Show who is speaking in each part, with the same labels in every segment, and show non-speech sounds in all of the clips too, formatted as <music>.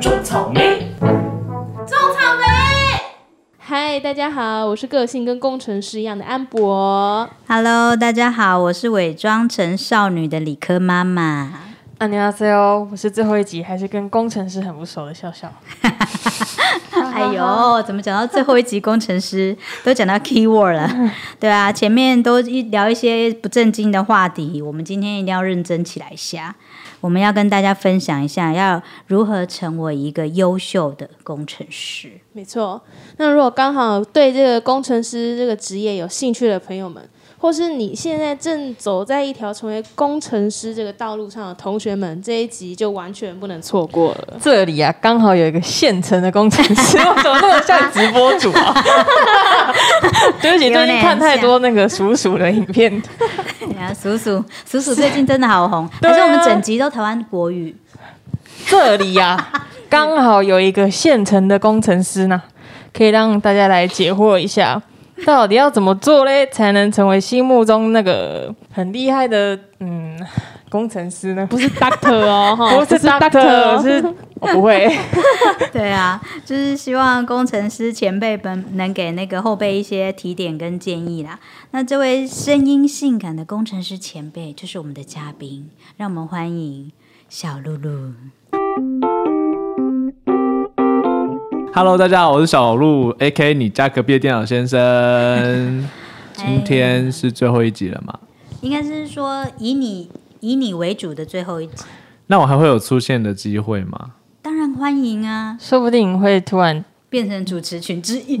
Speaker 1: 种草莓，
Speaker 2: 嗨，大家好，我是个性跟工程师一样的安博。
Speaker 3: Hello，大家好，我是伪装成少女的理科妈妈。
Speaker 4: 안녕하세요，我是最后一集还是跟工程师很不熟的笑笑。
Speaker 3: <laughs> 哎呦，怎么讲到最后一集工程师都讲到 keyword
Speaker 4: <laughs>
Speaker 3: 了？对啊，前面都一聊一些不正经的话题，我们今天一定要认真起来一下。我们要跟大家分享一下，要如何成为一个优秀的工程师。
Speaker 2: 没错，那如果刚好对这个工程师这个职业有兴趣的朋友们，或是你现在正走在一条成为工程师这个道路上的同学们，这一集就完全不能错过了。
Speaker 4: 这里啊，刚好有一个现成的工程师，我怎么 <laughs> 那么像直播主啊？ <laughs> 对不起，最近看太多那个鼠鼠的影片，
Speaker 3: 对啊，叔叔，叔叔最近真的好红，
Speaker 4: 对
Speaker 3: 可
Speaker 4: 啊
Speaker 3: 是我们整集都台湾国语。
Speaker 4: 这里呀、 <laughs> 啊，刚好有一个现成的工程师呢，可以让大家来解惑一下，到底要怎么做嘞，才能成为心目中那个很厉害的嗯工程师呢？
Speaker 2: 不是 doctor
Speaker 4: <laughs>
Speaker 2: 哦，哈
Speaker 4: 不是 doctor，
Speaker 2: 哦
Speaker 4: 我是我不会。
Speaker 3: <laughs> 对啊，就是希望工程师前辈们能给那个后辈一些提点跟建议啦。那这位声音性感的工程师前辈就是我们的嘉宾，让我们欢迎小露露。
Speaker 5: Hello，大家好，我是小鹿，A.K. 你家隔壁的电脑先
Speaker 3: <laughs>
Speaker 5: 生。
Speaker 3: 哎
Speaker 5: 今天是最后一集了嘛？
Speaker 3: 应该是说以你以你为主的最后一集，
Speaker 5: 那我还会有出现的机会吗？
Speaker 3: 当然欢迎啊，
Speaker 4: <laughs> 说不定会突然，
Speaker 3: 变成主持群之一。
Speaker 5: <laughs>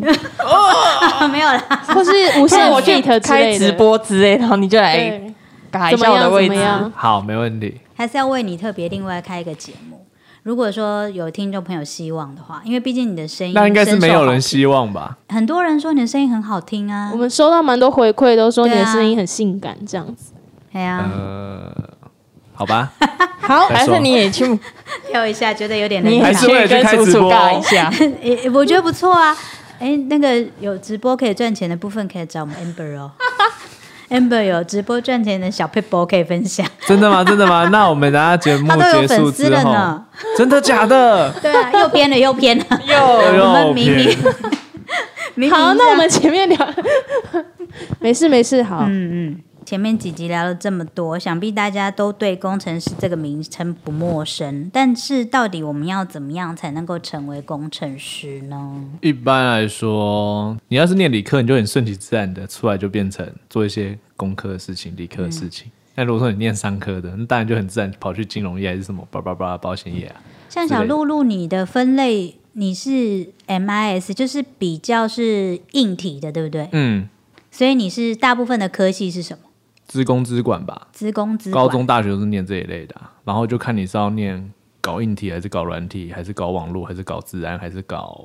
Speaker 3: <laughs>
Speaker 5: 哦
Speaker 3: 没有啦，
Speaker 2: <laughs> 或是哎无
Speaker 4: 不
Speaker 2: 限
Speaker 4: 我去
Speaker 2: fit 之
Speaker 4: 开
Speaker 2: 类
Speaker 4: 直
Speaker 2: 的。
Speaker 4: 播之类，然后你就来
Speaker 2: 对，
Speaker 4: 改一
Speaker 2: 怎
Speaker 4: 下
Speaker 2: 么
Speaker 4: 我的
Speaker 2: 样？
Speaker 4: 位
Speaker 2: 怎
Speaker 4: 置
Speaker 2: 么。样？
Speaker 5: 好，没问题。
Speaker 3: 还是要为你特别另外开一个节目。如果说有听众朋友希望的话，因为毕竟你的声音
Speaker 5: 那应该是没有
Speaker 3: 深受
Speaker 5: 人
Speaker 3: 好评
Speaker 5: 希望吧？
Speaker 3: 很多人说你的声音很好听啊
Speaker 2: 我，们收到蛮多回馈，都说你的
Speaker 3: 对啊
Speaker 2: 声音很性感，这样子。
Speaker 3: 哎呀、
Speaker 5: 呃，好吧，
Speaker 4: 好，
Speaker 5: 再
Speaker 4: 还
Speaker 5: 说
Speaker 4: 是你也去，
Speaker 3: 跳一下，觉得有点冷
Speaker 4: 你
Speaker 5: 还
Speaker 4: 也
Speaker 5: 是
Speaker 4: 去
Speaker 5: 为了去
Speaker 4: 跟
Speaker 5: 开
Speaker 4: 叔
Speaker 5: 直
Speaker 4: 叔
Speaker 5: 播
Speaker 4: 尬一 <laughs> 下。
Speaker 3: 诶我觉得不错啊。哎，那个有直播可以赚钱的部分，可以找我们 Amber 哦。Amber 有直播赚钱的小 p a p e 可以分享。
Speaker 5: 真的吗？真的吗？ <laughs> 那我们等下节目
Speaker 3: 他都有
Speaker 5: 结束
Speaker 3: 粉丝
Speaker 5: 之
Speaker 3: 了
Speaker 5: 后
Speaker 3: 呢，
Speaker 5: 真的假的？
Speaker 3: 对啊，又偏了又偏了。
Speaker 4: 又
Speaker 3: <laughs> 我
Speaker 5: 哎
Speaker 3: 们
Speaker 5: 呦
Speaker 3: 明明
Speaker 5: 天
Speaker 3: <laughs> 明明
Speaker 2: 好，
Speaker 3: 是
Speaker 2: 那我 <laughs> 们前面聊，没事没事，好，
Speaker 3: 嗯嗯，前面几集聊了这么多，想必大家都对工程师这个名称不陌生。但是到底我们要怎么样才能够成为工程师呢？
Speaker 5: 一般来说，你要是念理科，你就很顺其自然的出来就变成做一些工科的事情、理科的事
Speaker 3: 嗯
Speaker 5: 情。那如果说你念商科的，那当然就很自然跑去金融业还是什么叭叭叭保险业啊。
Speaker 3: 像小露露，你的分类你是 MIS，就是比较是硬体的，对不对？
Speaker 5: 嗯，
Speaker 3: 所以你是大部分的科系是什么？
Speaker 5: 资工资管吧，
Speaker 3: 资工、资管
Speaker 5: 高中、大学都是念这一类的啊、然后就看你是要念搞硬体，还是搞软体，还是搞网络，还是搞自然，还是搞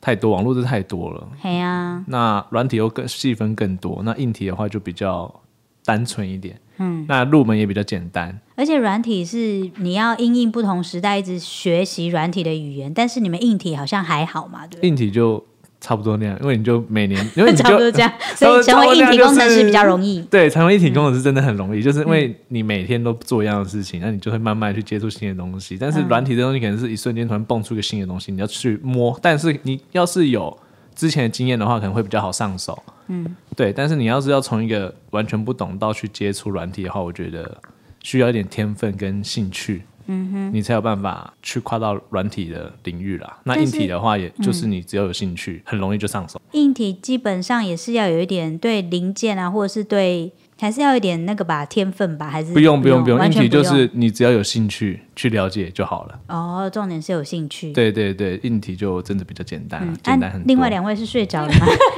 Speaker 5: 太多网络，这太多了。
Speaker 3: 嘿呀、
Speaker 5: 那软体又更细分更多，那硬体的话就比较单纯一点，嗯，那入门也比较简单。
Speaker 3: 而且软体是你要因应不同时代一直学习软体的语言，但是你们硬体好像还好嘛，对不对？
Speaker 5: 硬体就差不多那样，因为你就每年，因为你
Speaker 3: <laughs>
Speaker 5: 就
Speaker 3: 差不多
Speaker 5: <laughs>
Speaker 3: 这样，所以成为硬体工程师比较容易。
Speaker 5: 对，成为
Speaker 3: 嗯
Speaker 5: 硬体工程师真的很容易，就是因为你每天都做一样的事情，那你就会慢慢去接触新的东西。但是
Speaker 3: 嗯
Speaker 5: 软体这东西可能是一瞬间突然蹦出一个新的东西，你要去摸。但是你要是有之前的经验的话，可能会比较好上手。嗯，对。但是你要是要从一个完全不懂到去接触软体的话，我觉得需要一点天分跟兴趣。嗯哼，你才有办法去跨到软体的领域啦。那
Speaker 3: 但
Speaker 5: 硬
Speaker 3: 是嗯
Speaker 5: 体的话，也就是你只要有兴趣，很容易就上手。
Speaker 3: 硬体基本上也是要有一点对零件啊，或者是对，还是要一点那个吧，天分吧，还是
Speaker 5: 不用不用不用，
Speaker 3: 完
Speaker 5: 硬
Speaker 3: 全
Speaker 5: 体
Speaker 3: 不
Speaker 5: 就
Speaker 3: 用
Speaker 5: 是你只要有兴趣去了解就好了。
Speaker 3: 哦，重点是有兴趣。
Speaker 5: 对对对，硬体就真的比较简单啊，简单
Speaker 3: 啊
Speaker 5: 很多。
Speaker 3: 另外两位是睡着了吗？ <laughs>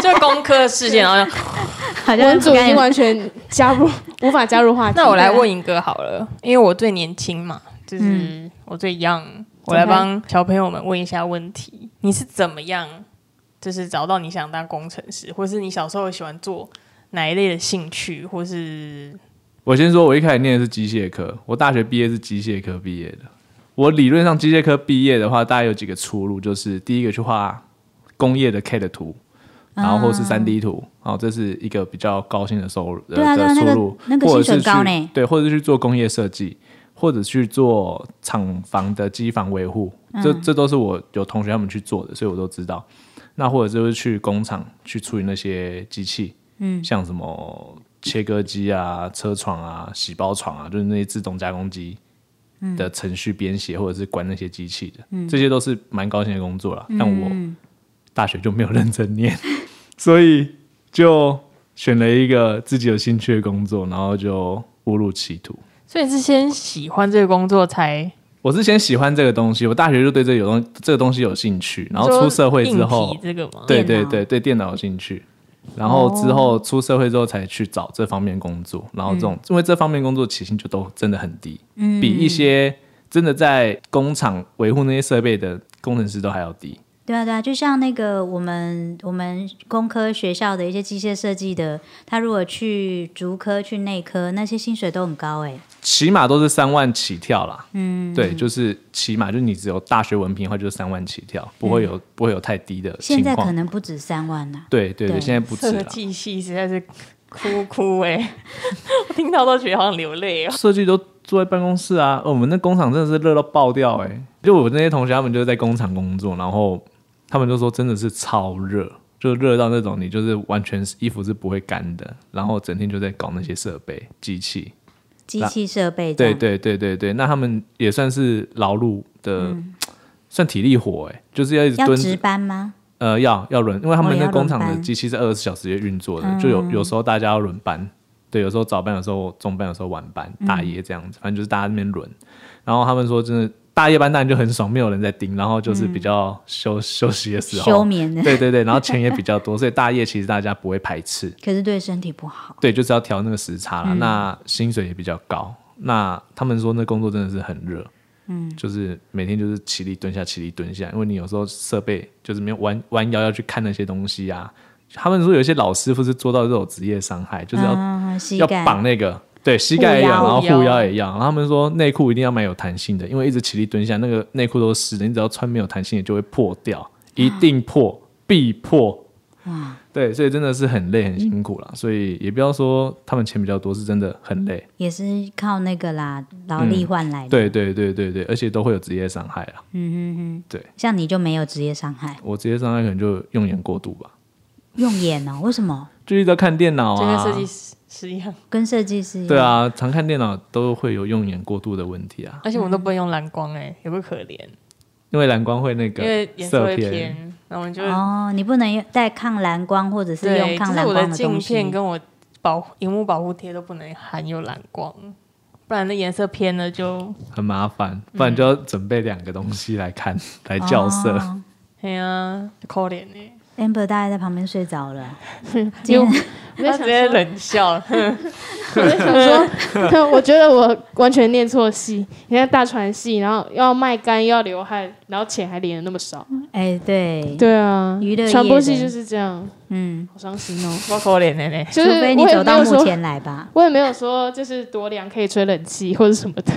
Speaker 4: 就工科事件，然后
Speaker 3: 好像
Speaker 2: 文组
Speaker 3: 不
Speaker 2: 已
Speaker 3: 敢
Speaker 2: 经完全加
Speaker 3: <laughs>
Speaker 2: 入，无法加入话题。啊
Speaker 4: 那我来问一个好了，因为我最年轻嘛，
Speaker 2: 嗯
Speaker 4: 就是我最 young，我来帮小朋友们问一下问题：你是怎么样，就是找到你想当工程师，或是你小时候喜欢做哪一类的兴趣，或是
Speaker 5: 我先说，我一开始念的是机械科，我大学毕业是机械科毕业的。我理论上机械科毕业的话，大概有几个出路，就是第一个去画工业的 CAD 图，
Speaker 3: 啊
Speaker 5: 然后或是三 D 图，哦，这是一个比较高薪的收入呃
Speaker 3: 对啊
Speaker 5: 的
Speaker 3: 对啊
Speaker 5: 出
Speaker 3: 那个
Speaker 5: 入，
Speaker 3: 那个
Speaker 5: 或者
Speaker 3: 薪水
Speaker 5: 是去
Speaker 3: 高呢
Speaker 5: 对，或者是去做工业设计，或者去做厂房的机房维护，
Speaker 3: 嗯
Speaker 5: 这这都是我有同学他们去做的，所以我都知道。那或者就是去工厂去处理那些机器，嗯，像什么切割机啊、车床啊、洗包床啊，就是那些自动加工机
Speaker 4: 嗯
Speaker 5: 的程序编写，或者是管那些机器的，这些都是蛮高薪的工作啦。
Speaker 4: 嗯
Speaker 5: 但我大学就没有认真念， <laughs> 所以就选了一个自己有兴趣的工作，然后就误入歧途。
Speaker 4: 所以是先喜欢这个工作才
Speaker 5: 我之前喜欢这个东西，我大学就对这个有东这个东西有兴趣，然后出社会之
Speaker 4: 硬
Speaker 5: 后
Speaker 4: 体，这个吗？
Speaker 5: 对
Speaker 3: 电
Speaker 5: 对
Speaker 3: 脑哦
Speaker 5: 对对电脑有兴趣，然后之后出社会之后才去找这方面工作，然后这种、
Speaker 3: 嗯
Speaker 5: 因为这方面工作起薪就都真的很低，比一些真的在工厂维护那些设备的工程师都还要低。
Speaker 3: 对啊，对啊，就像那个我们我们工科学校的一些机械设计的，他如果去竹科、去内科，那些薪水都很高哎、
Speaker 5: 起码都是三万起跳啦。嗯，对，就是起码就是你只有大学文凭的话，就是三万起跳，不会有、不会有太低的
Speaker 3: 嗯现
Speaker 5: 情
Speaker 3: 在可
Speaker 5: 况。
Speaker 3: 能不止三万呐、
Speaker 5: 对对
Speaker 3: 对
Speaker 5: 对，现在
Speaker 3: <laughs>
Speaker 5: 不止啊
Speaker 4: 设
Speaker 5: 了。
Speaker 4: 计系实在是哭哭哎、 <laughs> 我听到都觉得好像流泪哦。
Speaker 5: 设计都坐在办公室啊，呃我们那工厂真的是热到爆掉哎、就我那些同学他们就是在工厂工作，然后他们就说真的是超热，就热到那种你就是完全是衣服是不会干的，然后整天就在搞那些设备机器。
Speaker 3: 机器设备这
Speaker 5: 对
Speaker 3: 样。
Speaker 5: 对对对对，那他们也算是劳碌的，算体力活哎、就是要一直
Speaker 3: 嗯要
Speaker 5: 蹲
Speaker 3: 值班吗？
Speaker 5: 呃，要要轮，因为他
Speaker 3: 哦
Speaker 5: 们
Speaker 3: 也
Speaker 5: 那
Speaker 3: 要
Speaker 5: 工
Speaker 3: 轮
Speaker 5: 厂的
Speaker 3: 班嗯
Speaker 5: 机器是二十四小时运作的，就有有时候大家要轮班，对，有时候早班，有时候中班，有时候晚班，大
Speaker 3: 嗯
Speaker 5: 夜这样子，反正就是大家那边轮。然后他们说，真的大夜班当然就很爽，没有人在盯，然后就是比较休、 <laughs> 休息的时候，
Speaker 3: 休眠的
Speaker 5: 对对对，然后钱也比较多，所以大夜其实大家不会排斥，
Speaker 3: 可是对身体不好。
Speaker 5: 对，就是要调那个时差啦。那薪水也比较高，那他们说那工作真的是很热，嗯，就是每天就是起立蹲下，起立蹲下，因为你有时候设备就是没有弯弯腰要去看那些东西啊。他们说有些老师傅是做到这种职业伤害，就是要、
Speaker 3: 嗯，膝
Speaker 5: 要
Speaker 3: 盖
Speaker 5: 绑那个。对，膝盖也
Speaker 3: 护
Speaker 5: 要，
Speaker 3: 腰
Speaker 5: 然后护
Speaker 4: 护腰
Speaker 5: 腰也要。然后他们说内裤一定要蛮有弹性的，因为一直起立蹲下，那个内裤都是湿的，你只要穿没有弹性的就会破掉，一定破，必破。对，所以真的是很累很辛苦啦。
Speaker 4: 嗯
Speaker 5: 所以也不要说他们钱比较多，是真的很累。
Speaker 3: 也是靠那个啦，劳力换
Speaker 4: 嗯
Speaker 3: 来的。
Speaker 5: 嗯对对对对对，而且都会有职业伤害啦。
Speaker 3: 像你就没有职业伤害，
Speaker 5: 我职业伤害可能就用眼过度吧，
Speaker 3: 用眼哦？为什么？
Speaker 5: 就一直在看电脑
Speaker 4: 就跟
Speaker 5: 啊。
Speaker 4: 设计师是一样，
Speaker 3: 跟设计师一样
Speaker 5: 对，啊，常看电脑都会有用眼过度的问题啊，
Speaker 4: 而且我们都不能用蓝光哎、有个可怜，
Speaker 5: 因为蓝光会那个
Speaker 4: 因为颜色
Speaker 5: 色
Speaker 4: 会
Speaker 5: 偏。
Speaker 4: 偏，然后我们就、
Speaker 3: 哦，你不能用带抗蓝光或者是用
Speaker 4: 对，就
Speaker 3: 抗
Speaker 4: 是
Speaker 3: 蓝
Speaker 4: 我
Speaker 3: 光
Speaker 4: 镜
Speaker 3: 东西。
Speaker 4: 片跟我保护荧幕保护贴都不能含有蓝光，不然那颜色偏了就
Speaker 5: 很麻烦，不然就要准备两个东西来看，来校色。
Speaker 4: 哎呀可怜哎、
Speaker 3: Amber 大概在旁边睡着了，嗯
Speaker 2: 因为我
Speaker 4: 他
Speaker 2: 在
Speaker 4: 直
Speaker 2: 想
Speaker 4: 接
Speaker 3: <laughs>
Speaker 2: 说，
Speaker 4: 冷 <laughs> 笑，
Speaker 2: 我在想说，我觉得我完全念错戏。你看大传系，然后要卖干，又要流汗，然后钱还领的那么少。
Speaker 3: 哎，对，
Speaker 2: 对啊，
Speaker 3: 娱乐业的
Speaker 2: 传播系就是这样，
Speaker 3: 嗯，
Speaker 2: 好伤心哦。
Speaker 4: 我可怜的嘞。
Speaker 2: 就
Speaker 3: 除
Speaker 2: 是
Speaker 3: 非你
Speaker 2: 我也
Speaker 3: 走
Speaker 2: 没
Speaker 3: 到
Speaker 2: 有
Speaker 3: 目
Speaker 2: 说，
Speaker 3: 前来吧。
Speaker 2: 我也没有说就是多凉可以吹冷气或者什么
Speaker 3: <laughs>
Speaker 2: 的。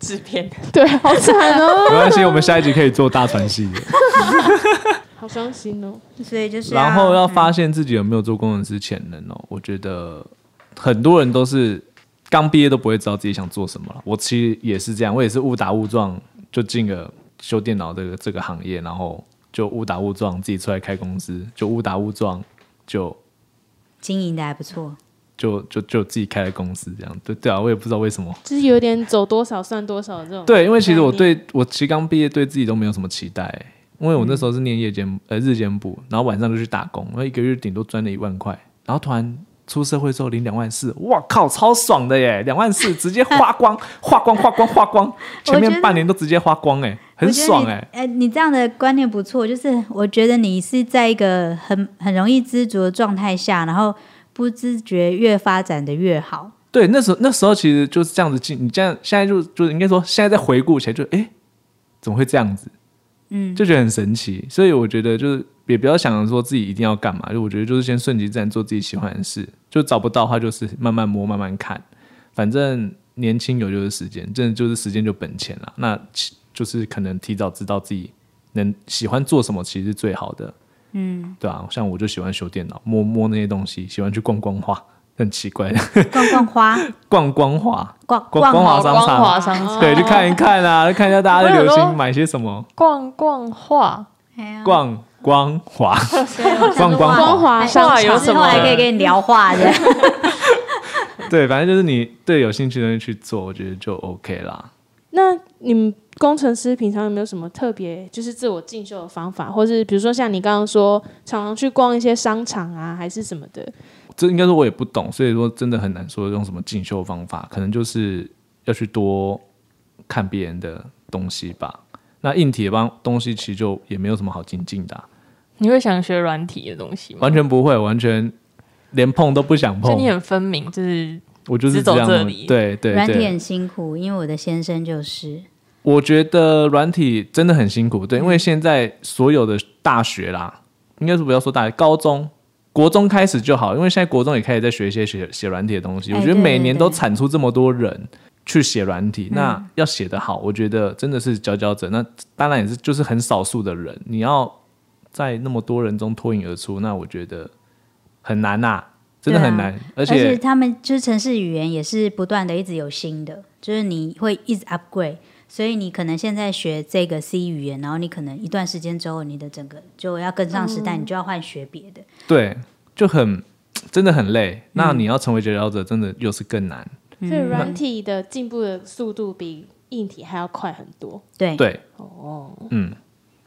Speaker 4: 制片，
Speaker 2: 对，好惨哦，
Speaker 5: 没关系，我们下一集可以做大传系的，
Speaker 2: 好伤心哦。
Speaker 3: 所以就是，啊
Speaker 5: 然后要
Speaker 3: 嗯
Speaker 5: 发现自己有没有做工程师潜能哦。我觉得很多人都是刚毕业都不会知道自己想做什么了。我其实也是这样，我也是误打误撞就进了修电脑这个这个行业，然后就误打误撞自己出来开公司，就误打误撞就
Speaker 3: 经营的还不错，
Speaker 5: 就就就自己开了公司这样。对对啊，我也不知道为什么。
Speaker 2: 就是有点走多少算多少这种。
Speaker 5: 对，因为其实我对我其实刚毕业，对自己都没有什么期待、因为
Speaker 3: 嗯
Speaker 5: 我那时候是念夜间呃日间部，然后晚上就去打工，然后一个月顶多赚了一万块，然后突然出社会之后领两万四，哇靠，超爽的耶！两万四直接花光， <laughs> 花光，花光，花光，
Speaker 3: <laughs>
Speaker 5: 前
Speaker 3: 我觉
Speaker 5: 面
Speaker 3: 得
Speaker 5: 半年都直接花光，哎，很
Speaker 3: 我觉得
Speaker 5: 爽
Speaker 3: 你
Speaker 5: 哎。
Speaker 3: 呃，你这样的观念不错，就是我觉得你是在一个很很容易知足的状态下，然后不自觉越发展的越
Speaker 5: <laughs>
Speaker 3: 好。
Speaker 5: 对，那时候那时候其实就是这样子进，你这样现在就就应该说现在再回顾起来就，诶哎怎么会这样子？
Speaker 3: 嗯，
Speaker 5: 就觉得很神奇。所以我觉得就是也不要想着说自己一定要干嘛，就我觉得就是先顺其自然做自己喜欢的事，就找不到的话就是慢慢摸慢慢看，反正年轻有就是时间，真的就是时间就本钱了。那其就是可能提早知道自己能喜欢做什么，其实是最好的。
Speaker 3: 嗯，
Speaker 5: 对啊，像我就喜欢修电脑，摸摸那些东西，喜欢去逛光花，很奇怪的
Speaker 3: 逛逛花，
Speaker 5: 逛光华，
Speaker 3: 逛
Speaker 5: 逛光华
Speaker 4: 逛
Speaker 5: 商
Speaker 4: 光华
Speaker 5: 场，
Speaker 4: 商场，
Speaker 5: 对，去看一看啊，看一下大家的流
Speaker 4: 哦我有时候
Speaker 5: 行买些什么，
Speaker 4: 逛逛画，
Speaker 3: 哎呀
Speaker 5: 逛光华，
Speaker 4: 嗯
Speaker 3: 对
Speaker 5: 逛光华
Speaker 2: 光华商
Speaker 4: 哇有
Speaker 2: 场
Speaker 4: 什
Speaker 3: 之
Speaker 4: 么
Speaker 3: 后还可以跟你聊话的，
Speaker 5: 对，反正就是你对有兴趣的东西去做，我觉得就 OK 啦。
Speaker 2: 那你们工程师平常有没有什么特别就是自我进修的方法，或是比如说像你刚刚说，常常去逛一些商场啊，还是什么的？
Speaker 5: 这应该说我也不懂，所以说真的很难说用什么进修方法，可能就是要去多看别人的东西吧。那硬体的帮东西其实就也没有什么好精进的啊、
Speaker 4: 你会想学软体的东西吗？
Speaker 5: 完全不会，完全连碰都不想
Speaker 4: 就
Speaker 5: 碰。
Speaker 4: 嗯你很分明，就是
Speaker 5: 我就是
Speaker 4: 只走
Speaker 5: 这样
Speaker 4: 这
Speaker 5: 的
Speaker 4: 里
Speaker 5: 对对
Speaker 3: 软体
Speaker 5: 对，
Speaker 3: 很辛苦，因为我的先生就是，
Speaker 5: 我觉得软体真的很辛苦，
Speaker 3: 嗯
Speaker 5: 对，因为现在所有的大学啦，应该是不要说大学，高中、国中开始就好，因为现在国中也开始在学一些写写软体的东西。
Speaker 3: 哎
Speaker 5: 我觉得
Speaker 3: 对
Speaker 5: 每年
Speaker 3: 对
Speaker 5: 都
Speaker 3: 对嗯
Speaker 5: 产出这么多人去写软体，那要写得好，我觉得真的是佼佼者。那当然也是就是很少数的人，你要在那么多人中脱颖而出，那我觉得很难呐、真的
Speaker 3: 对啊
Speaker 5: 很难，而
Speaker 3: 而
Speaker 5: 且
Speaker 3: 他们就是城市语言也是不断的一直有新的，就是你会一直 upgrade，所以你可能现在学这个 C 语言，然后你可能一段时间之后，你的整个就要跟上时代，你就要换学别的。
Speaker 5: 对，就很真的很
Speaker 3: 嗯
Speaker 5: 累。那你要成为佼佼者，真的又是更难。
Speaker 2: 所以软体的进步的速度比硬体还要快很多。
Speaker 3: 对，
Speaker 5: 对，哦，嗯，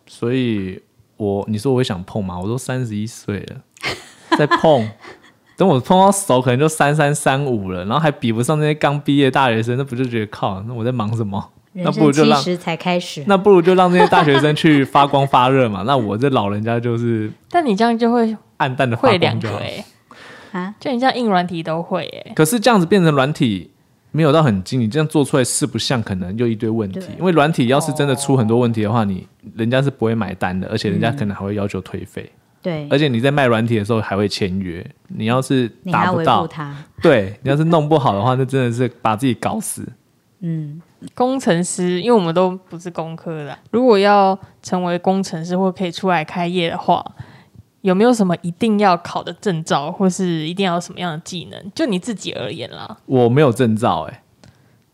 Speaker 5: 所以我你说我会想碰吗？我都三十一岁了，再碰， <laughs> 等我碰到手可能就三三三五了，然后还比不上那些刚毕业的大学生，那不就觉得靠，那我在忙什么？那
Speaker 3: 人
Speaker 5: 不如
Speaker 3: 生
Speaker 5: 就
Speaker 3: 七
Speaker 5: 让
Speaker 3: 十才开始，
Speaker 5: 那不如就让那些大学生去发光发热嘛。那我这老人家就是
Speaker 4: 但你这样就会
Speaker 5: 暗淡的发
Speaker 4: 会两
Speaker 5: 光就
Speaker 4: 个
Speaker 5: 好。
Speaker 4: 哎、
Speaker 3: 啊，
Speaker 4: 就你这样硬软体都会哎、
Speaker 5: 可是这样子变成软体。没有到很精，你这样做出来四不像，可能又一堆问题。因为软体要是真的出很
Speaker 4: 哦
Speaker 5: 多问题的话，你人家是不会买单的，而且人家可能还会要求退费。
Speaker 3: 对
Speaker 5: 而，且你在卖软体的时候还会签约，你要是
Speaker 3: 你还
Speaker 5: 达
Speaker 3: 要
Speaker 5: 不
Speaker 3: 维护
Speaker 5: 到，
Speaker 3: 它，
Speaker 5: 对你要是弄不好的话，那真的是把自己搞死。
Speaker 3: 嗯，
Speaker 4: 工程师，因为我们都不是工科的啊，如果要成为工程师或可以出来开业的话，有没有什么一定要考的证照，或是一定要有什么样的技能？就你自己而言啦，
Speaker 5: 我没有证照哎、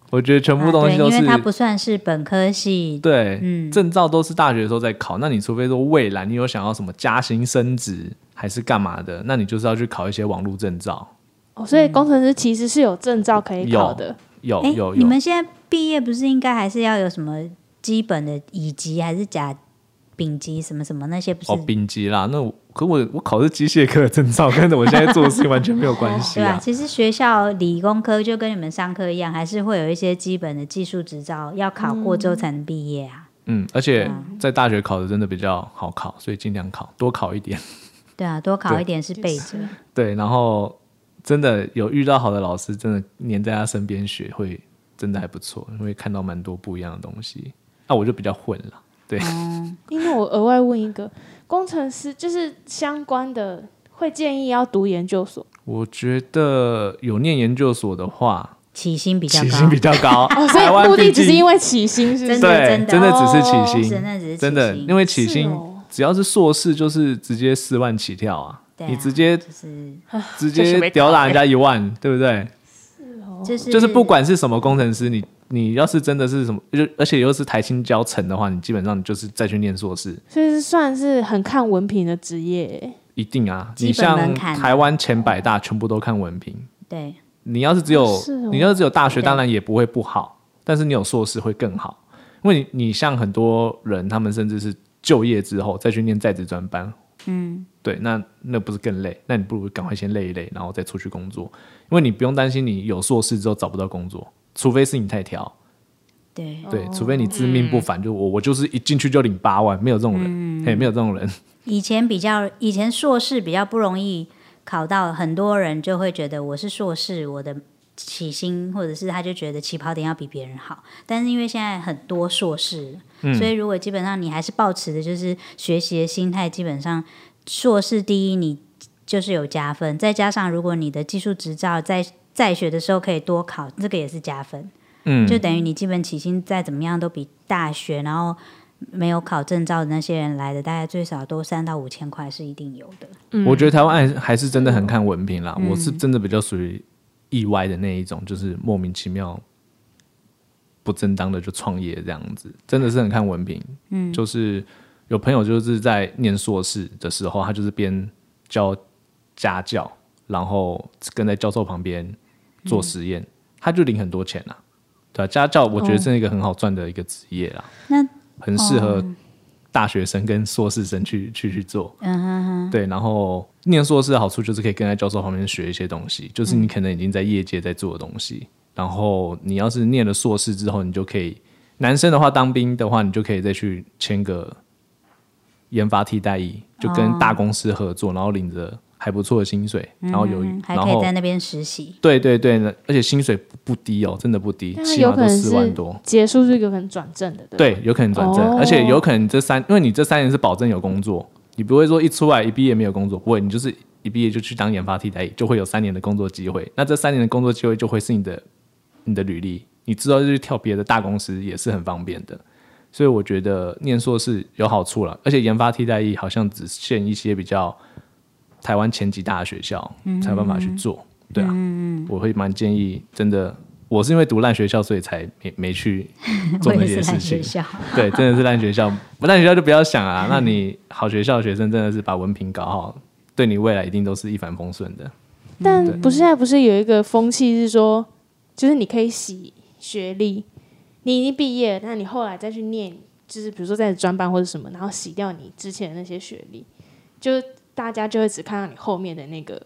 Speaker 5: 我觉得全部
Speaker 3: 啊
Speaker 5: 东西
Speaker 3: 对，
Speaker 5: 都
Speaker 3: 因
Speaker 5: 是、
Speaker 3: 为它不算是本科系，
Speaker 5: 对，
Speaker 3: 嗯
Speaker 5: 证照都是大学的时候在考。那你除非说未来你有想要什么加薪升职还是干嘛的，那你就是要去考一些网络证照。
Speaker 2: 哦，所
Speaker 5: 嗯
Speaker 2: 以工程师其实是有证照可以考的。
Speaker 5: 有
Speaker 3: 哎
Speaker 5: 有，
Speaker 3: 你
Speaker 5: 有，
Speaker 3: 们现在毕业不是应该还是要有什么基本的乙级还是甲丙级什么什么那些不是？
Speaker 5: 哦，丙级啦。那我可我我考的是机械科的证照，跟我现在做的事情完全没有关系
Speaker 3: 对 <laughs> 啊，
Speaker 5: 啊。
Speaker 3: 其实学校理工科就跟你们商科一样，还是会有一些基本的技术执照要考过之后才能毕业啊。
Speaker 5: 嗯，而且在大学考的真的比较好考，所以尽量考，多考一点。
Speaker 3: 对啊，多考一点是备着。
Speaker 5: 对，然后真的有遇到好的老师，真的黏在他身边学，会真的还不错，因为看到蛮多不一样的东西。那、我就比较混了，对，
Speaker 3: 啊
Speaker 2: 因为我额外问一个，工程师就是相关的，会建议要读研究所。
Speaker 5: 我觉得有念研究所的话，
Speaker 3: 起薪比较
Speaker 5: 起
Speaker 3: 高，啊哦
Speaker 5: 薪比较高，
Speaker 2: 哦所
Speaker 5: 台湾
Speaker 2: 以目的
Speaker 5: 毕
Speaker 2: 只是
Speaker 5: 竟
Speaker 2: 因为起薪，是不
Speaker 3: 真
Speaker 2: 是？
Speaker 3: 的
Speaker 5: 对，
Speaker 3: 真
Speaker 5: 真
Speaker 3: 的
Speaker 5: 的只是起
Speaker 3: 真
Speaker 5: 薪，
Speaker 3: 的只是
Speaker 5: 真的，因
Speaker 3: 为
Speaker 5: 为起
Speaker 2: 是
Speaker 5: 薪
Speaker 2: 哦
Speaker 5: 只要是硕士就是直接四万起跳啊，
Speaker 3: 对啊
Speaker 5: 你直接
Speaker 3: 就是
Speaker 5: 直
Speaker 4: 这是
Speaker 5: 接
Speaker 4: 没
Speaker 5: 吊打
Speaker 4: 考
Speaker 5: 人家一万，对不对？
Speaker 3: 就是
Speaker 5: 哦就是不管是什么工程师，你你要是真的是什么，就而且又是台青教成的话，你基本上你就是再去念硕士，
Speaker 2: 所以是算是很看文凭的职业。
Speaker 5: 一定啊！
Speaker 3: 基
Speaker 5: 你
Speaker 3: 本门
Speaker 5: 像
Speaker 3: 槛
Speaker 5: 台湾前百大全部都看文凭，
Speaker 3: 对
Speaker 5: 你要是只有、
Speaker 2: 是哦
Speaker 5: 你要是只有大学，当然也不会不好，但是你有硕士会更好，因为你你像很多人，他们甚至是就业之后再去念在职专班，
Speaker 3: 嗯
Speaker 5: 对，那那不是更累？那你不如赶快先累一累，然后再出去工作，因为你不用担心你有硕士之后找不到工作，除非是你太挑。
Speaker 3: 对
Speaker 5: 对，除非你自命不凡，就我我就是一进去就领八万，没有这种人，嘿，没有这种人，
Speaker 3: 以前比较，以前硕士比较不容易考到，很多人就会觉得我是硕士，我的起薪或者是他就觉得起跑点要比别人好。但是因为现在很多硕士，所以如果基本上你还是保持的就是学习的心态，基本上硕士第一你就是有加分，再加上如果你的技术执照在在学的时候可以多考，这个也是加分。
Speaker 5: 嗯，
Speaker 3: 就等于你基本起薪再怎么样都比大学，然后没有考证照的那些人来的，大概最少都三到五千块是一定有的。
Speaker 5: 我觉得台湾还是还是真的很看文凭啦。我是真的比较属于意外的那一种，就是莫名其妙、不正当的就创业这样子，真的是很看文凭。嗯，就是有朋友就是在念硕士的时候，他就是边教家教，然后跟在教授旁边
Speaker 3: 嗯
Speaker 5: 做实验，他就领很多钱啦。对啊，家教我觉得是一个很好赚的一个职业啦，
Speaker 3: 哦那哦
Speaker 5: 很适合大学生跟硕士生去去去做。
Speaker 3: 嗯哼哼，
Speaker 5: 对，然后念硕士的好处就是可以跟在教授旁边学一些东西，就是
Speaker 3: 嗯
Speaker 5: 你可能已经在业界在做的东西。然后你要是念了硕士之后，你就可以，男生的话当兵的话，你就可以再去签个研发替代役，就跟大公司合作，然后领着还不错的薪水，然后有，
Speaker 3: 哦嗯还
Speaker 5: 然
Speaker 3: 可以
Speaker 5: 后
Speaker 3: 在那边实习。
Speaker 5: 对对对，而且薪水不不低哦，真的不低，
Speaker 2: 但是
Speaker 5: 起
Speaker 2: 啊有
Speaker 5: 码
Speaker 2: 可
Speaker 5: 都
Speaker 2: 能
Speaker 5: 四万
Speaker 2: 是
Speaker 5: 多。
Speaker 2: 结束是有可能转正的，对吧
Speaker 5: 对，有可能转正，
Speaker 2: 哦
Speaker 5: 而且有可能这三，因为你这三年是保证有工作，你不会说一出来一毕业没有工作，不会，你就是一毕业就去当研发替代役，就会有三年的工作机会。那这三年的工作机会就会是你的你的履历，你之后就去跳别的大公司也是很方便的。所以我觉得念硕士有好处了，而且研发替代役好像只限一些比较台湾前几大的学校
Speaker 3: 嗯
Speaker 5: 才有办法去做，对啊，我会蛮建议，真的，我是因为读烂学校，所以才没没去
Speaker 3: <laughs>
Speaker 5: 做
Speaker 3: 我
Speaker 5: 那
Speaker 3: 也
Speaker 5: 些
Speaker 3: 是
Speaker 5: 事
Speaker 3: 烂
Speaker 5: 情
Speaker 3: 学。校，
Speaker 5: 对，真的是烂学校，不烂学校就不要想啊。 <laughs> 那你好学校的学生真的是把文凭搞好，对你未来一定都是一帆风顺的。
Speaker 2: 但
Speaker 5: 对
Speaker 2: 不是现在不是有一个风气是说，就是你可以洗学历，你已经毕业了，那你后来再去念，就是比如说在专班或者什么，然后洗掉你之前的那些学历，就大家就会只看到你后面的那个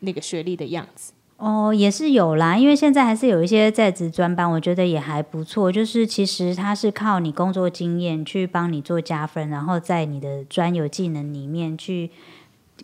Speaker 2: 那个学历的样子。
Speaker 3: 哦，也是有啦，因为现在还是有一些在职专班，我觉得也还不错。就是其实它是靠你工作经验去帮你做加分，然后在你的专有技能里面去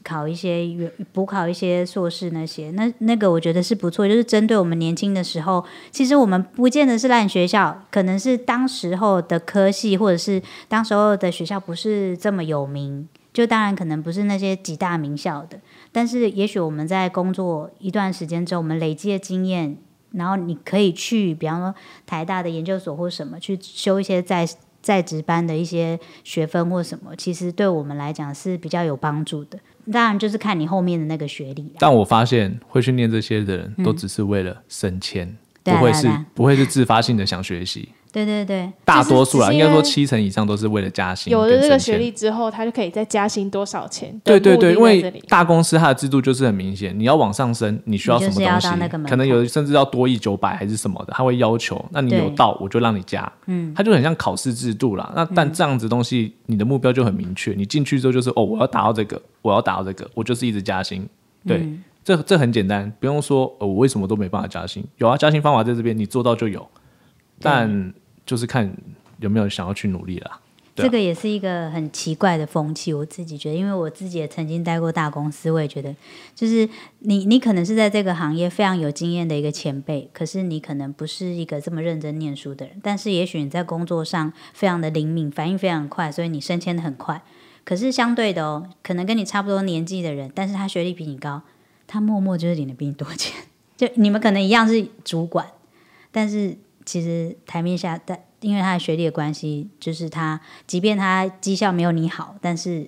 Speaker 3: 考一些原补考一些硕士那些，那那个我觉得是不错。就是针对我们年轻的时候，其实我们不见得是烂学校，可能是当时候的科系或者是当时候的学校不是这么有名，就当然可能不是那些几大名校的。但是也许我们在工作一段时间之后，我们累积的经验，然后你可以去，比方说台大的研究所或什么，去修一些在在职班的一些学分或什么，其实对我们来讲是比较有帮助的。当然就是看你后面的那个学历啦。
Speaker 5: 但我发现会去念这些的人，都只是为了升迁，
Speaker 3: 嗯对啊
Speaker 5: 不
Speaker 3: 对
Speaker 5: 会
Speaker 3: 啊
Speaker 5: 是
Speaker 3: 对啊
Speaker 5: 不会是自发性的想学习。
Speaker 3: 对对对，
Speaker 5: 大多数啦，
Speaker 2: 只是
Speaker 5: 应
Speaker 2: 因为
Speaker 5: 该说七成以上都是为了加薪，
Speaker 2: 有了这个学历。之后，他就可以再加薪多少钱？
Speaker 5: 对对
Speaker 2: 的
Speaker 5: 对，因
Speaker 2: 目的在这
Speaker 5: 为
Speaker 2: 里
Speaker 5: 大公司它的制度就是很明显，你要往上升，你需要什么
Speaker 3: 你就
Speaker 5: 东
Speaker 3: 是
Speaker 5: 西
Speaker 3: 要到那个门，槛
Speaker 5: 可能有甚至要多一九百还是什么的，他会要求，那你
Speaker 3: 对
Speaker 5: 有到我就让你加，嗯，它就很像考试制度啦。那
Speaker 3: 嗯
Speaker 5: 但这样子东西，你的目标就很明确，你进去之后就是哦，我要达到这个，我要达到这个，我就是一直加薪，对，
Speaker 3: 嗯
Speaker 5: 这这很简单，不用说呃我为什么都没办法加薪，有啊，加薪方法在这边，你做到就有，但就是看有没有想要去努力啦。对
Speaker 3: 这
Speaker 5: 啊
Speaker 3: 个也是一个很奇怪的风气，我自己觉得，因为我自己也曾经待过大公司，我也觉得，就是你你可能是在这个行业非常有经验的一个前辈，可是你可能不是一个这么认真念书的人，但是也许你在工作上非常的灵敏，反应非常快，所以你升迁的很快。可是相对的哦，可能跟你差不多年纪的人，但是他学历比你高，他默默就是领的比你多钱， <laughs> 就你们可能一样是主管，但是其实台面下，但因为他的学历的关系，就是他即便他绩效没有你好，但是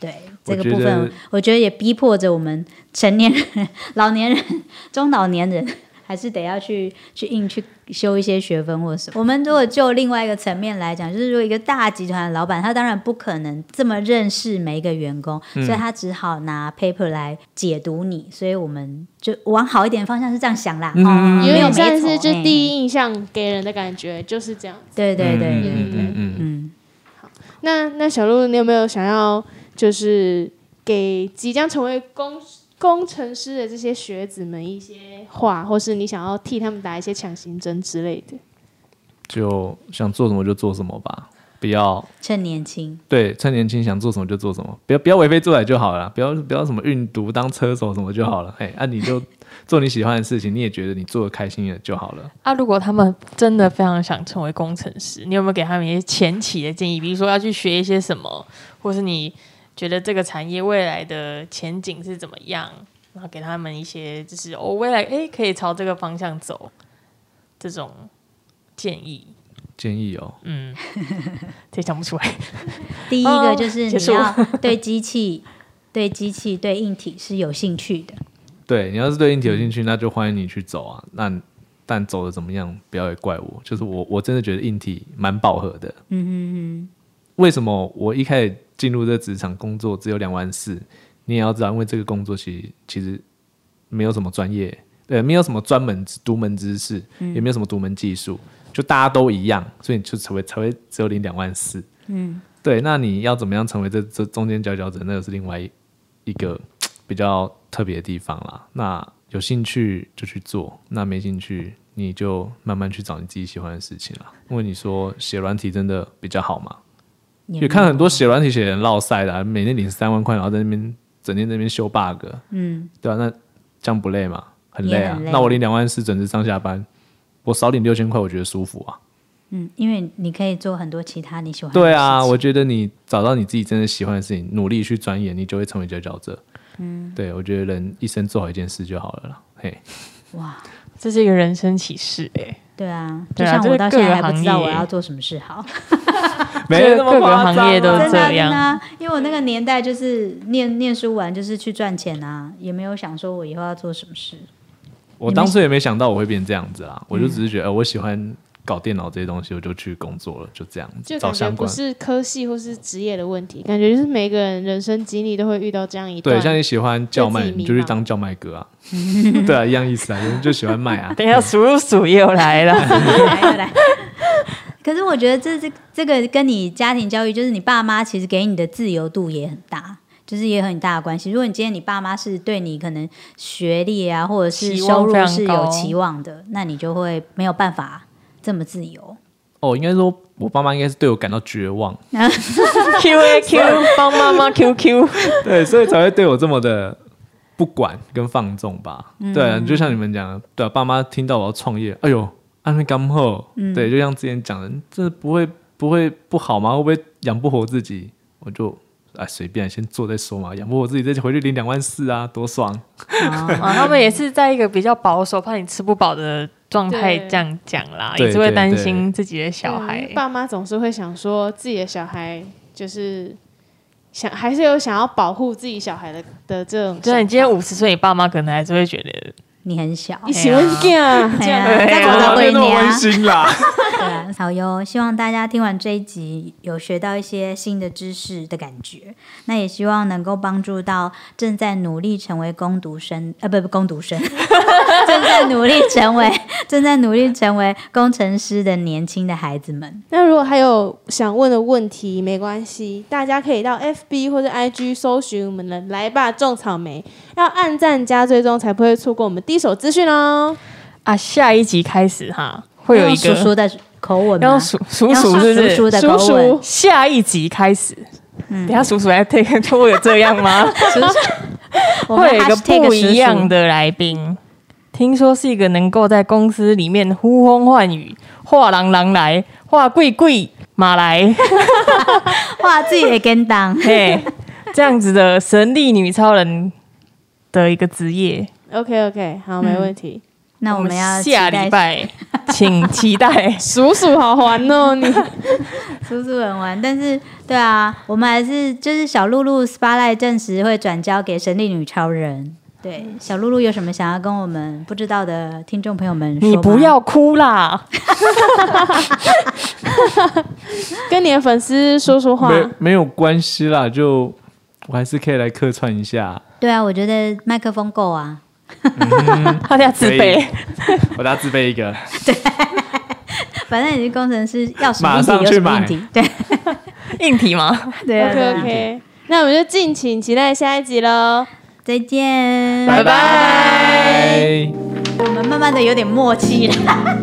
Speaker 3: 对这个
Speaker 5: 觉
Speaker 3: 部
Speaker 5: 得
Speaker 3: 分，我觉得也逼迫着我们成年人、 <laughs> 老年人、中老年人。还是得要去去硬去修一些学分或什么。我们如果就另外一个层面来讲，就是如果一个大集团的老板，他当然不可能这么认识每一个员工，
Speaker 5: 嗯
Speaker 3: 所以他只好拿 paper 来解读你。所以我们就往好一点的方向是这样想啦，
Speaker 5: 嗯
Speaker 3: 哦，
Speaker 2: 有
Speaker 3: 没有
Speaker 2: 点像
Speaker 3: 没
Speaker 2: 是
Speaker 3: 错
Speaker 2: 就
Speaker 3: 哎
Speaker 2: 第一印象给人的感觉就是这样。
Speaker 3: 对对对，
Speaker 5: 嗯嗯嗯嗯
Speaker 3: 嗯，
Speaker 2: 那那小鹿，你有没有想要就是给即将成为工工程师的这些学子们一些话，或是你想要替他们打一些强心针之类的？
Speaker 5: 就想做什么就做什么吧，不要
Speaker 3: 趁年轻，
Speaker 2: 哦
Speaker 5: 对趁年轻想做什么就做什么，不要不要为非作歹就好了啦，不要不要什么运毒当车手什么就好了，嘿，啊你就做你喜欢的事情，你也觉得你做的开心的就好了。
Speaker 4: 啊，如果他们真的非常想成为工程师，你有没有给他们一些前期的建议？比如说要去学一些什么，或是你觉得这个产业未来的前景是怎么样？然后给他们一些就是我、哦、未来诶可以朝这个方向走这种建议。
Speaker 5: 建议哦，
Speaker 4: 嗯， <laughs> 这想不出来。
Speaker 3: 第一
Speaker 4: 哦
Speaker 3: 个就是
Speaker 4: 结
Speaker 3: 你
Speaker 4: 束
Speaker 3: 要 <laughs> 对机器、对机器、对硬体是有兴趣的。
Speaker 5: 对你要是对硬体有兴趣，那就欢迎你去走啊。那但走的怎么样，不要也怪我，就是我我真的觉得硬体蛮饱和的。嗯嗯嗯。为什么我一开始进入这职场工作只有两万四？你也要知道，因为这个工作其实其实没有什么专业，呃，没有什么专门独门知识，也没有什么独门技术，就大家都一样，所以你就才会才会只有领两万四。嗯，对。那你要怎么样成为这这中间佼佼者，那个是另外一一个比较特别的地方啦。那有兴趣就去做，那没兴趣你就慢慢去找你自己喜欢的事情啦。因为你说写软体真的比较好嘛？
Speaker 3: 也
Speaker 5: 也看很多写软体写的人落塞的啊、每天领三万块，然后在那边整天在那边修 bug，
Speaker 3: 嗯，
Speaker 5: 对啊，那这样不累吗？很累
Speaker 3: 也
Speaker 5: 啊。
Speaker 3: 很累
Speaker 5: 那我领两万四，准时上下班，我少领六千块，我觉得舒服
Speaker 3: <laughs>
Speaker 5: 啊。
Speaker 3: 嗯，因为你可以做很多其他你喜欢的事情。
Speaker 5: 对啊，我觉得你找到你自己真的喜欢的事情，努力去钻研，你就会成为佼佼者。嗯，对，我觉得人一生做好一件事就好了啦。嘿，
Speaker 3: 哇，
Speaker 4: 这是一个人生启示哎、
Speaker 3: 对啊，就
Speaker 4: 对啊
Speaker 3: 像
Speaker 4: 这
Speaker 3: 我
Speaker 4: 是
Speaker 3: 到
Speaker 4: 各
Speaker 3: 现在
Speaker 4: 个
Speaker 3: 还不
Speaker 4: 行
Speaker 3: 知道我
Speaker 4: 业
Speaker 3: 要做什么事好，
Speaker 5: 没那么
Speaker 4: 各个
Speaker 5: 夸张
Speaker 4: 行业都
Speaker 5: 啊
Speaker 3: 真
Speaker 4: 是这
Speaker 3: 的啊真的
Speaker 4: 样
Speaker 3: 啊，因为我那个年代就是念念书完就是去赚钱啊，也没有想说我以后要做什么事。 <laughs>
Speaker 5: 我当初也没想到我会变这样子啦，
Speaker 2: 嗯
Speaker 5: 我就只是觉得、呃我喜欢搞电脑这些东西，我就去工作了，就这样子
Speaker 2: 就
Speaker 5: 找
Speaker 2: 感觉
Speaker 5: 相
Speaker 2: 不
Speaker 5: 关。
Speaker 2: 是科系或是职业的问题，感觉就是每个人人生经历都会遇到这样一段。
Speaker 5: 对，像你喜欢叫卖，
Speaker 2: 对自己
Speaker 5: 你
Speaker 2: 迷
Speaker 5: 就去
Speaker 2: 茫
Speaker 5: 当叫卖
Speaker 2: <laughs>
Speaker 5: 哥啊，对啊，一样意思啊，有人就喜欢卖啊。
Speaker 4: 等一下，叔叔又来 <laughs> 了，
Speaker 3: 来来 <laughs> 来。可是我觉得这这这个跟你家庭教育，就是你爸妈其实给你的自由度也很大，就是也有很大的关系。如果你今天你爸妈是对你可能学历啊，或者是
Speaker 4: 期
Speaker 3: 收
Speaker 4: 望非
Speaker 3: 入
Speaker 4: 常
Speaker 3: 是有
Speaker 4: 高
Speaker 3: 期望的，那你就会没有办法这么自由。
Speaker 5: 哦，应该说，我爸妈应该是对我感到绝望，
Speaker 4: Q A <laughs> Q，帮妈妈 Q Q。
Speaker 5: <laughs> 对，所以才会对我这么的不管跟放纵吧。
Speaker 4: 嗯
Speaker 5: 对啊，就像你们讲的，对啊，爸妈听到我要创业，哎呦，安慰干后，
Speaker 4: 嗯
Speaker 5: 对，就像之前讲的，这不会不会不好吗？会不会养不活自己？我就哎随便先做再说嘛，养不活自己再回去领两万四啊，多爽！
Speaker 3: 哦
Speaker 4: 啊，他们也是在一个比较保守，怕你吃不饱的状态
Speaker 2: 对
Speaker 4: 这样讲啦，
Speaker 5: 对
Speaker 4: 也是会
Speaker 5: 对
Speaker 4: 担
Speaker 5: 对
Speaker 4: 心自己的小
Speaker 2: 嗯
Speaker 4: 孩。
Speaker 2: 爸妈总是会想说自己的小孩就是想还是有想要保护自己小孩的的这种想法。
Speaker 4: 就是你今天五十岁，你爸妈可能还是会觉得
Speaker 3: 你很
Speaker 4: <laughs>
Speaker 3: 小，
Speaker 2: 你喜欢干这样
Speaker 3: 哎呀，再
Speaker 4: 对啊
Speaker 3: 搞到会
Speaker 5: 那么
Speaker 3: 娘
Speaker 5: 温
Speaker 4: <laughs>
Speaker 5: 馨啦。
Speaker 3: 对啊，好哟！希望大家听完这一集有学到一些新的知识的感觉，那也希望能够帮助到正在努力成为攻读生，呃，不不，攻读生， <laughs> 正在努力成为 <laughs> 正在努力成为工程师的年轻的孩子们。
Speaker 2: 那如果还有想问的问题，没关系，大家可以到 FB 或者 IG 搜寻我们的“来吧种草莓”，要按赞加追踪才不会错过我们第一手资讯哦。
Speaker 4: 啊，下一集开始哈，会有
Speaker 3: 要
Speaker 4: 一
Speaker 3: 用叔
Speaker 4: 个
Speaker 3: 叔的口吻吗
Speaker 4: 要？叔叔
Speaker 3: 要
Speaker 4: 叔是不
Speaker 3: 叔叔
Speaker 4: 是？
Speaker 3: 的嗯口
Speaker 2: 叔
Speaker 3: 吻
Speaker 2: 叔，
Speaker 4: 下一集开始，等一下叔叔来 take <laughs> 会有这样吗？
Speaker 3: 我们
Speaker 4: 会有一个
Speaker 3: hashtag
Speaker 4: 不一样
Speaker 3: 叔
Speaker 4: 的来宾。听说是一个能够在公司里面呼风唤雨、画狼狼来、画贵贵马来， <laughs>
Speaker 3: 叔，哇，自己也跟当，
Speaker 4: 嘿，这样子的神力女超人的一个职业。
Speaker 2: OK OK，好，没问题。
Speaker 3: 那我们要期
Speaker 4: 下
Speaker 3: 待
Speaker 4: 礼拜，请期待
Speaker 2: 叔叔好玩哦，你
Speaker 3: 叔叔很玩，但是对啊，我们还是就是小露露 spotlight 暂时会转交给神力女超人。对，小露露有什么想要跟我们不知道的听众朋友们说？
Speaker 4: <laughs> 你不，要哭啦！
Speaker 2: 跟你的粉丝说说话。
Speaker 5: 没没有关系啦，就我还是可以来客串一下。
Speaker 3: 对啊，我觉得麦克风够啊，
Speaker 4: 大家自卑，
Speaker 5: <laughs> 我大家自备一个，
Speaker 3: 反正你是工程师，要什么硬体
Speaker 5: 马上
Speaker 3: 有
Speaker 5: 去
Speaker 3: 什么硬
Speaker 5: 买
Speaker 3: 体，对
Speaker 4: 硬体吗？
Speaker 3: 对啊
Speaker 2: OK
Speaker 3: 对啊，
Speaker 2: OK，那我们就敬请期待下一集喽，
Speaker 3: 再见，
Speaker 5: 拜拜
Speaker 3: 我们慢慢的有点默契了。